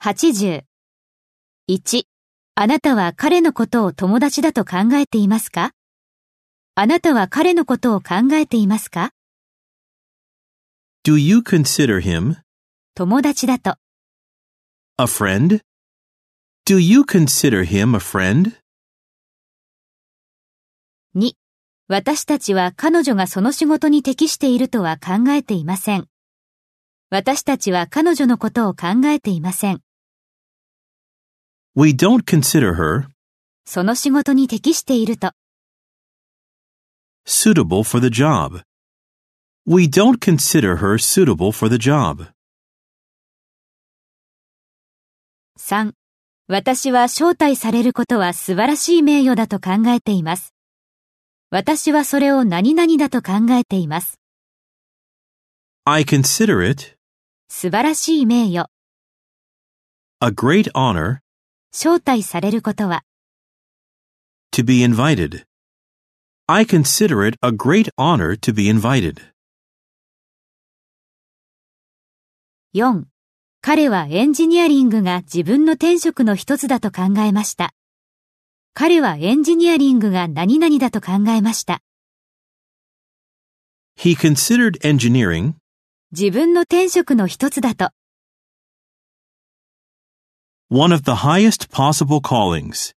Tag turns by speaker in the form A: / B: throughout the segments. A: 80。1. あなたは彼のことを友達だと考えていますかあなたは彼のことを考えていますか
B: Do you consider him
A: 友達だと。
B: a friend? Do you consider him a friend?
A: 2. 私たちは彼女がその仕事に適しているとは考えていません。私たちは彼女のことを考えていません。
B: We don't consider her
A: その仕事に適していると。
B: suitable for the job. We don't consider her suitable for the job.
A: 3. 私は招待されることは素晴らしい名誉だと考えています。私はそれを何々だと考えています。
B: I consider it
A: 素晴らしい名誉。
B: a great honor
A: 招待されることは、
B: to be invited. I consider it a great honor to be invited.
A: 4. 彼はエンジニアリングが自分の転職の一つだと考えました。彼はエンジニアリングが何々だと考えました。
B: He considered engineering
A: 自分の転職の一つだと。
B: one of the highest possible callings.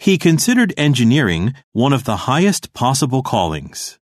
B: He considered engineering one of the highest possible callings.